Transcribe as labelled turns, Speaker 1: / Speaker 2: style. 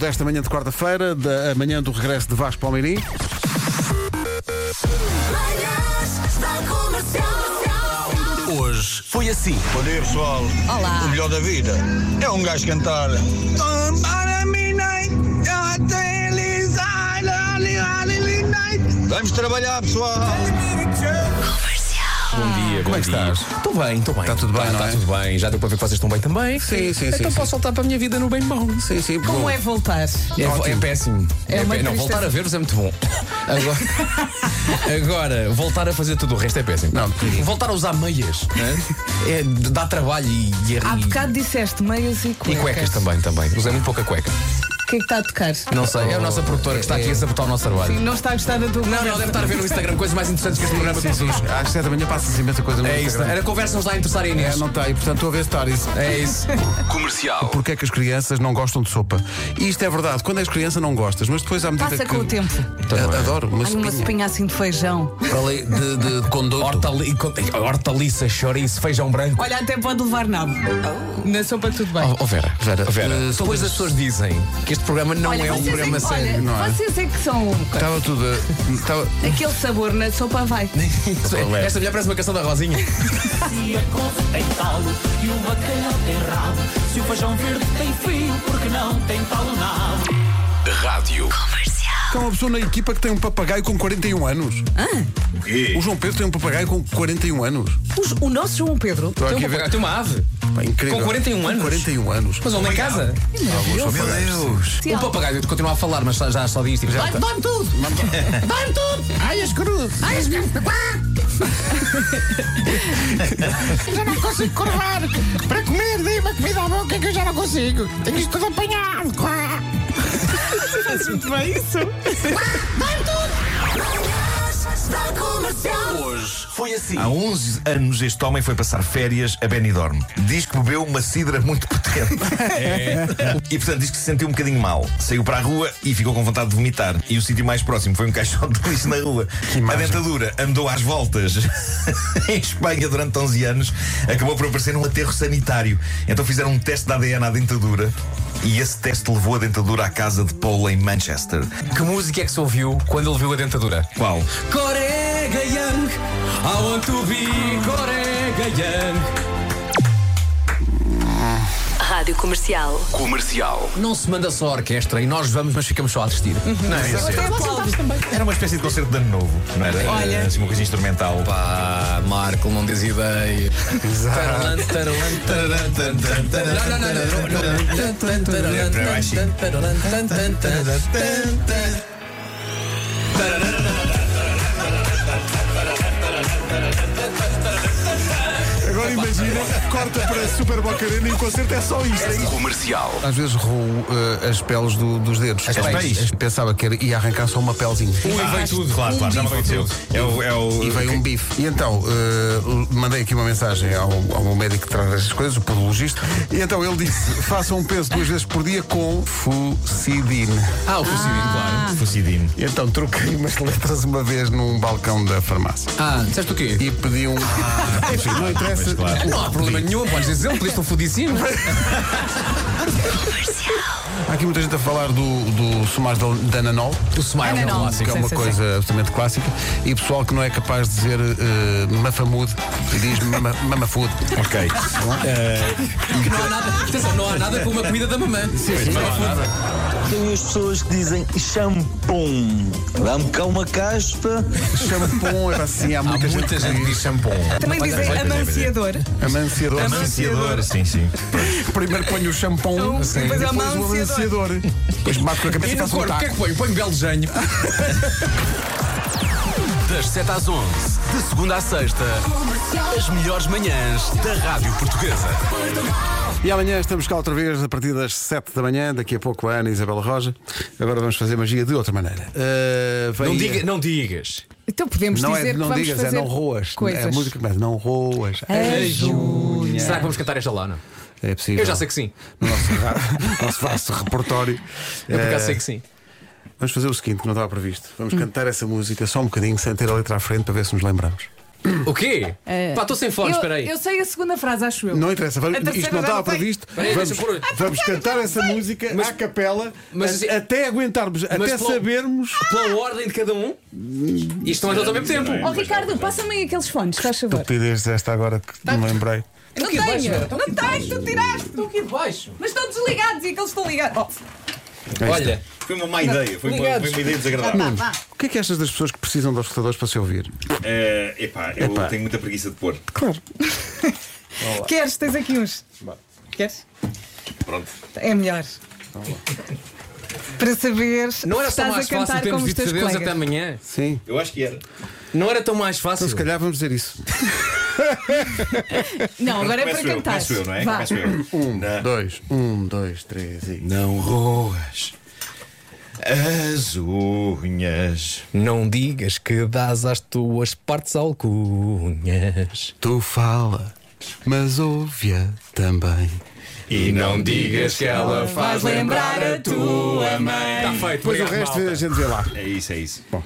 Speaker 1: desta manhã de quarta-feira, da manhã do regresso de Vasco Palmeirim.
Speaker 2: Manhãs da Comercial.
Speaker 3: Hoje foi assim.
Speaker 4: Bom dia pessoal.
Speaker 5: Olá.
Speaker 4: O melhor da vida é um gajo cantar. Vamos trabalhar, pessoal!
Speaker 3: Bom dia,
Speaker 1: Como
Speaker 3: bom
Speaker 1: é que
Speaker 3: dia.
Speaker 1: estás?
Speaker 3: Estou bem, estou bem.
Speaker 1: Está tudo bem,
Speaker 3: Está
Speaker 1: não é?
Speaker 3: tudo bem. Já deu para ver que vocês estão bem também.
Speaker 1: Sim, sim, sim,
Speaker 3: Então
Speaker 1: sim.
Speaker 3: posso voltar para a minha vida no bem bom.
Speaker 1: Sim, sim.
Speaker 5: Como
Speaker 1: bom.
Speaker 5: é voltar?
Speaker 3: É, é péssimo.
Speaker 5: É uma
Speaker 3: pé- não,
Speaker 5: tristeza.
Speaker 3: voltar a ver-vos é muito bom. Agora, agora, voltar a fazer tudo o resto é péssimo.
Speaker 1: Não,
Speaker 3: voltar a usar meias né? é, dá trabalho e, e,
Speaker 5: Há
Speaker 3: e-
Speaker 5: bocado disseste meias e
Speaker 3: e
Speaker 5: cuecas.
Speaker 3: cuecas também, também. Usei muito pouca cueca.
Speaker 5: O que é que está a tocar?
Speaker 3: Não sei, é a nossa produtora que está aqui a sabotar o nosso trabalho.
Speaker 5: Não está a gostar da tua
Speaker 3: Não, não, deve estar a ver no Instagram coisas mais interessantes que este programa que Jesus.
Speaker 1: Às 7 da manhã passa-se imensa coisa no
Speaker 3: É isso,
Speaker 1: Instagram.
Speaker 3: era conversas lá a interessar a
Speaker 1: É,
Speaker 3: Inês.
Speaker 1: não está, e portanto estou a ver stories.
Speaker 3: É isso.
Speaker 6: Comercial.
Speaker 1: Porquê é que as crianças não gostam de sopa? E isto é verdade, quando és criança não gostas, mas depois à medida
Speaker 5: Passa
Speaker 1: que...
Speaker 5: com o tempo.
Speaker 1: A- Adoro, uma
Speaker 5: Ai, uma
Speaker 1: sopinha.
Speaker 5: espinha assim de feijão.
Speaker 1: Ali é De, de, conduto.
Speaker 3: Hortali con- hortaliça, chouriço, feijão branco.
Speaker 5: Olha, até pode levar nabo. Na sopa tudo bem.
Speaker 3: Oh, oh, Vera,
Speaker 1: Vera,
Speaker 3: oh, Vera,
Speaker 1: eh,
Speaker 3: depois as pessoas dizem que este programa não
Speaker 5: Olha,
Speaker 3: é um
Speaker 5: vocês
Speaker 3: programa
Speaker 5: é, que-
Speaker 3: sério.
Speaker 5: olha,
Speaker 1: não é?
Speaker 5: Vocês é que são.
Speaker 1: Estava tudo. a- Estava...
Speaker 5: Aquele sabor na sopa vai.
Speaker 3: Isso é- Esta mulher parece uma canção da Rosinha.
Speaker 7: Se a couve tem talo e o bacalhau tem rabo Se o feijão verde tem fio, porque não tem talo nada
Speaker 6: Rádio.
Speaker 1: Há uma pessoa na equipa que tem um papagaio com 41 anos.
Speaker 5: Ah.
Speaker 1: O João Pedro tem um papagaio com 41 anos.
Speaker 5: Os- o nosso João Pedro.
Speaker 1: Estou aqui
Speaker 3: Tem
Speaker 1: a
Speaker 3: uma,
Speaker 1: ver.
Speaker 3: tem uma ave.
Speaker 1: Pá, incrível.
Speaker 3: Com 41 anos?
Speaker 1: 41 anos.
Speaker 3: Mas onde em casa?
Speaker 1: Alguns papagaios, sim.
Speaker 3: Um papagaio de continuar a falar, mas já, já só diz tipo. Já
Speaker 5: Dói-me tudo! Dói-me tudo!
Speaker 1: Ai, as cruzes!
Speaker 5: Ai, as minhas-
Speaker 8: Eu não consigo curvar. Para comer, dei-me a comida à boca que eu já não consigo. Tenho isto tudo apanhado.
Speaker 2: Manhãs da Comercial.
Speaker 6: Hoje foi assim.
Speaker 9: Há 11 anos este homem foi passar férias a Benidorm. Diz que bebeu uma sidra muito potente. E portanto diz que se sentiu um bocadinho mal. Saiu para a rua e ficou com vontade de vomitar. E o sítio mais próximo foi um caixão de lixo na rua. A dentadura andou às voltas em Espanha durante 11 anos. Acabou por aparecer num aterro sanitário. Então fizeram um teste de ADN à dentadura. E esse teste levou a dentadura à casa de Paul em Manchester.
Speaker 3: Que música é que se ouviu quando ele viu a dentadura?
Speaker 9: Qual?
Speaker 3: Corega Young, I want to be Corega Young.
Speaker 10: Rádio Comercial.
Speaker 6: Comercial.
Speaker 3: Não se manda só a orquestra e nós vamos, mas ficamos só a assistir.
Speaker 9: Não, esse é- Era uma espécie de concerto de ano novo, não era?
Speaker 5: Olha.
Speaker 9: Assim, uma coisa instrumental.
Speaker 3: Pá, Marco, não diz ideia. Taralã, taralã, taralã, tan, tan, tan, não, não, não, não, não, não. Tan, tan, taralã, tan, tan, taralã, tan, tan, tan, tan, tan.
Speaker 1: Agora imagina, corta para Super Boca Arena e o concerto é só isto.
Speaker 6: Comercial.
Speaker 1: Às vezes roo eh, as peles do- dos dedos.
Speaker 3: As peles?
Speaker 1: Pensava que era, ia arrancar só uma pelezinha.
Speaker 9: Ui, veio tudo. Claro, claro, já me aconteceu. É o. É o
Speaker 1: E veio um bife. E então, eh, mandei aqui uma mensagem ao, ao médico que traz estas coisas, o podologista, e então ele disse: façam um penso duas vezes por dia com fucidine.
Speaker 3: Ah, o Fucidinho, claro.
Speaker 9: Fucidino.
Speaker 1: E então troquei umas letras uma vez num balcão da farmácia.
Speaker 3: Ah, disseste o quê?
Speaker 1: E pedi um. Enfim, não interessa.
Speaker 9: claro.
Speaker 3: Não há problema nenhum, podes dizer, pediste um fudicino.
Speaker 1: Há aqui muita gente a falar do, do Sumar da, da Nanol,
Speaker 3: O smile é um
Speaker 5: não.
Speaker 3: clássico.
Speaker 1: que é uma
Speaker 5: sim, sim.
Speaker 1: coisa absolutamente clássica, e pessoal que não é capaz de dizer eh, mafamude, diz mama, mamafood.
Speaker 9: Ok.
Speaker 3: Que não há nada, atenção, não há nada como a comida da mamã. Sim, sim.
Speaker 11: Tem as pessoas que dizem champom. Dá-me cá uma caspa.
Speaker 1: Champom, é assim, há
Speaker 3: Há
Speaker 1: muita,
Speaker 3: muita gente que diz shampoo.
Speaker 5: Também dizem amanciador.
Speaker 1: Amanciador.
Speaker 9: Amanciador, sim, sim.
Speaker 1: Primeiro ponho o champom,
Speaker 5: Sim.
Speaker 1: depois
Speaker 5: Depois há
Speaker 1: o amanciador.
Speaker 5: amanciador.
Speaker 1: Depois bato com a cabeça
Speaker 3: E
Speaker 1: e
Speaker 3: no
Speaker 1: faço um
Speaker 3: corpo, o que é
Speaker 1: taco.
Speaker 3: que põe? Põe belo desenho.
Speaker 6: Das 7 às 11. De segunda à sexta. As melhores manhãs da Rádio Portuguesa.
Speaker 1: E amanhã estamos cá outra vez a partir das 7 da manhã. Daqui a pouco a Ana e Isabela Roja. Agora vamos fazer magia de outra maneira. Ah, vem-
Speaker 3: Não, diga, não digas.
Speaker 5: Então podemos
Speaker 1: Não,
Speaker 5: dizer
Speaker 1: é,
Speaker 5: que
Speaker 1: não
Speaker 5: vamos
Speaker 1: digas, é
Speaker 5: fazer
Speaker 1: não roas.
Speaker 5: coisas. É
Speaker 1: É a música que começa, não roas.
Speaker 3: Será que vamos cantar esta lá, não?
Speaker 1: É possível.
Speaker 3: Eu já sei que sim.
Speaker 1: No nosso, ra- nosso vasto repertório.
Speaker 3: Eu por
Speaker 1: eh,
Speaker 3: acaso sei que sim.
Speaker 1: Vamos fazer o seguinte, que não estava previsto. Vamos cantar essa música só um bocadinho, sem ter a letra à frente, para ver se nos lembramos.
Speaker 3: O quê?
Speaker 5: Eh,
Speaker 3: Pá, estou sem fones,
Speaker 5: eu-
Speaker 3: espera aí.
Speaker 5: Eu sei a segunda frase, acho eu.
Speaker 1: Não interessa, vamos-
Speaker 5: A terceira
Speaker 1: isto não
Speaker 5: já
Speaker 1: estava
Speaker 5: sei.
Speaker 1: previsto.
Speaker 5: Espera aí,
Speaker 1: vamos
Speaker 5: deixa eu pôr- assim-
Speaker 1: vamos cantar essa música à capela
Speaker 3: Mas-
Speaker 1: a- até aguentarmos, até
Speaker 3: pela-
Speaker 1: sabermos.
Speaker 3: Pela ordem de cada um. E estão a todos ao mesmo tempo.
Speaker 5: Oh, Ricardo, passa-me aqueles fones, faz favor.
Speaker 1: Estupidez é esta agora que me lembrei.
Speaker 5: Não
Speaker 3: aqui abaixo,
Speaker 5: tenho,
Speaker 3: Vera,
Speaker 5: não tenho, Então tu tiraste.
Speaker 3: Estão aqui debaixo.
Speaker 5: Mas estão desligados e aqueles estão ligados. Oh,
Speaker 3: Olha,
Speaker 9: Foi uma má ideia, foi uma,
Speaker 3: Ligados.
Speaker 9: foi uma ideia desagradável.
Speaker 1: Nuno, o que é que achas das pessoas que precisam de escutadores para se ouvir?
Speaker 9: Eh, epá, eu
Speaker 1: Epá.
Speaker 9: tenho muita preguiça de pôr.
Speaker 1: Claro.
Speaker 5: queres? Tens aqui uns. Queres?
Speaker 9: Pronto.
Speaker 5: É melhor. Para saber
Speaker 3: não
Speaker 5: se
Speaker 3: era tão
Speaker 5: estás a
Speaker 3: mais fácil
Speaker 5: cantar
Speaker 3: termos
Speaker 5: como os
Speaker 3: dito
Speaker 5: teus
Speaker 3: adeus é
Speaker 5: colegas.
Speaker 3: até amanhã?
Speaker 1: Sim.
Speaker 9: Eu acho que era.
Speaker 3: Não era tão mais fácil.
Speaker 1: Então, se calhar vamos dizer isso.
Speaker 5: Não, agora é para
Speaker 9: Começo eu,
Speaker 5: cantar.
Speaker 9: começo eu, não é?
Speaker 5: Vá.
Speaker 9: Começo eu.
Speaker 1: Um,
Speaker 9: Não.
Speaker 1: dois, um, dois, três e.
Speaker 9: Não roas as unhas.
Speaker 3: Não digas que dás às tuas partes alcunhas.
Speaker 1: Tu fala, mas ouve-a também.
Speaker 9: E não digas que ela
Speaker 5: Vais lembrar a tua mãe.
Speaker 3: Está Tá feito,
Speaker 1: Depois o
Speaker 3: obrigado,
Speaker 1: resto
Speaker 3: malta.
Speaker 1: a gente vê lá.
Speaker 9: É isso, é isso.